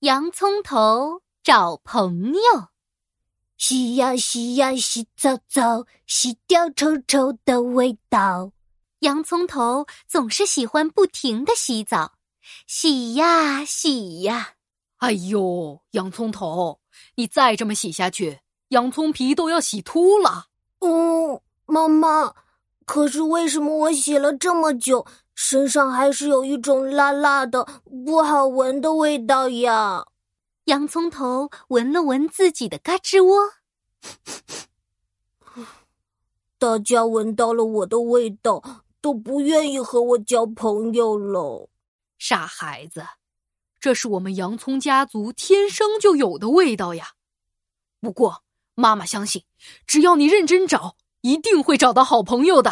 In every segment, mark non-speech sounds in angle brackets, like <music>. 洋葱头找朋友。洗呀洗呀洗澡澡，洗掉臭臭的味道。洋葱头总是喜欢不停的洗澡，洗呀洗呀。哎呦，洋葱头，你再这么洗下去，洋葱皮都要洗秃了。嗯，妈妈，可是为什么我洗了这么久，身上还是有一种辣辣的、不好闻的味道呀？洋葱头闻了闻自己的嘎吱窝，大家闻到了我的味道，都不愿意和我交朋友了。傻孩子，这是我们洋葱家族天生就有的味道呀。不过，妈妈相信，只要你认真找，一定会找到好朋友的。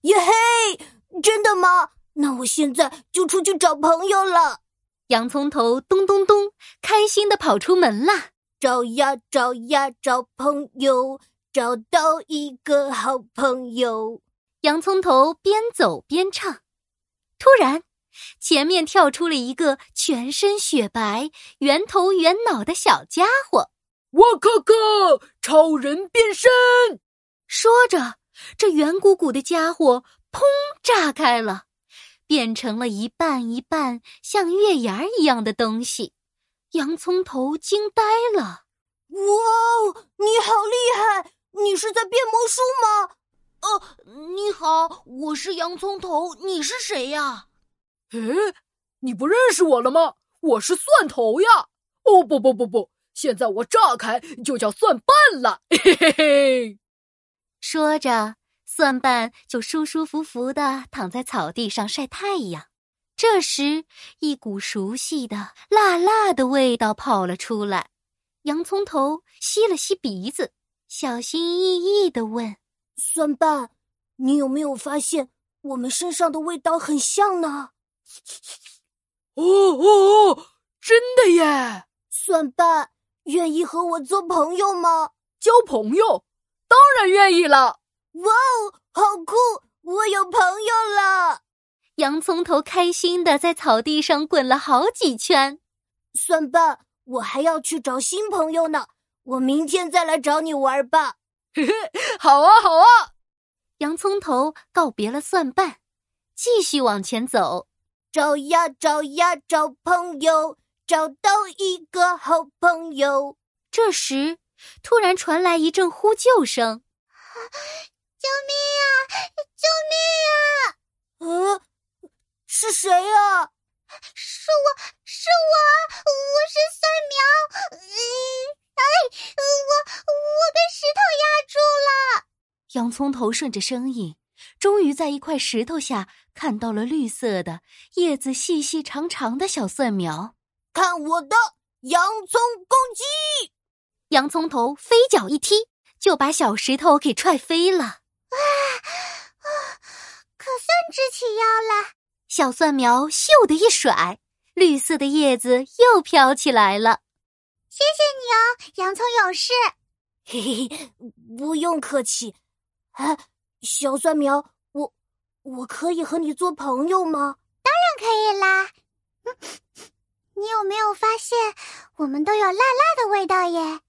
耶嘿，真的吗？那我现在就出去找朋友了。洋葱头咚咚咚，开心的跑出门啦！找呀找呀找朋友，找到一个好朋友。洋葱头边走边唱，突然，前面跳出了一个全身雪白、圆头圆脑的小家伙。我靠靠！超人变身！说着，这圆鼓鼓的家伙砰炸开了。变成了一半一半像月牙儿一样的东西，洋葱头惊呆了。哇哦，你好厉害！你是在变魔术吗？呃，你好，我是洋葱头，你是谁呀？诶，你不认识我了吗？我是蒜头呀！哦不不不不，现在我炸开就叫蒜瓣了，嘿嘿嘿。说着。蒜瓣就舒舒服服的躺在草地上晒太阳。这时，一股熟悉的辣辣的味道跑了出来。洋葱头吸了吸鼻子，小心翼翼的问：“蒜瓣，你有没有发现我们身上的味道很像呢？”“哦哦哦，真的耶！”“蒜瓣，愿意和我做朋友吗？”“交朋友，当然愿意了。”哇哦，好酷！我有朋友了。洋葱头开心的在草地上滚了好几圈。蒜瓣，我还要去找新朋友呢，我明天再来找你玩吧。嘿嘿，好啊，好啊！洋葱头告别了蒜瓣，继续往前走。找呀找呀找朋友，找到一个好朋友。这时，突然传来一阵呼救声。救命啊！救命啊！嗯，是谁呀、啊？是我，是我，我是蒜苗。嗯，哎，我我被石头压住了。洋葱头顺着声音，终于在一块石头下看到了绿色的叶子细细长长的小蒜苗。看我的洋葱攻击！洋葱头飞脚一踢，就把小石头给踹飞了。哦可算直起腰了，小蒜苗咻的一甩，绿色的叶子又飘起来了。谢谢你哦，洋葱勇士。 <laughs> 嘿嘿嘿，不用客气。哎，小蒜苗，我我可以和你做朋友吗？当然可以啦。 <laughs> 嗯、你有没有发现，我们都有辣辣的味道耶？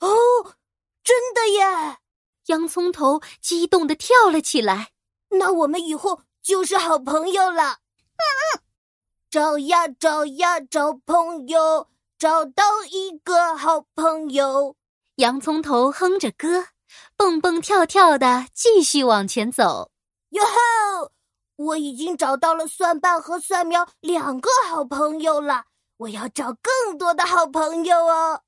哦，真的耶！洋葱头激动的跳了起来。那我们以后就是好朋友了。嗯、找呀找呀找朋友，找到一个好朋友。洋葱头哼着歌，蹦蹦跳跳的继续往前走。哟吼！我已经找到了蒜瓣和蒜苗两个好朋友了。我要找更多的好朋友哦。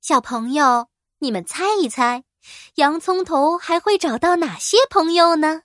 小朋友，你们猜一猜。洋葱头还会找到哪些朋友呢？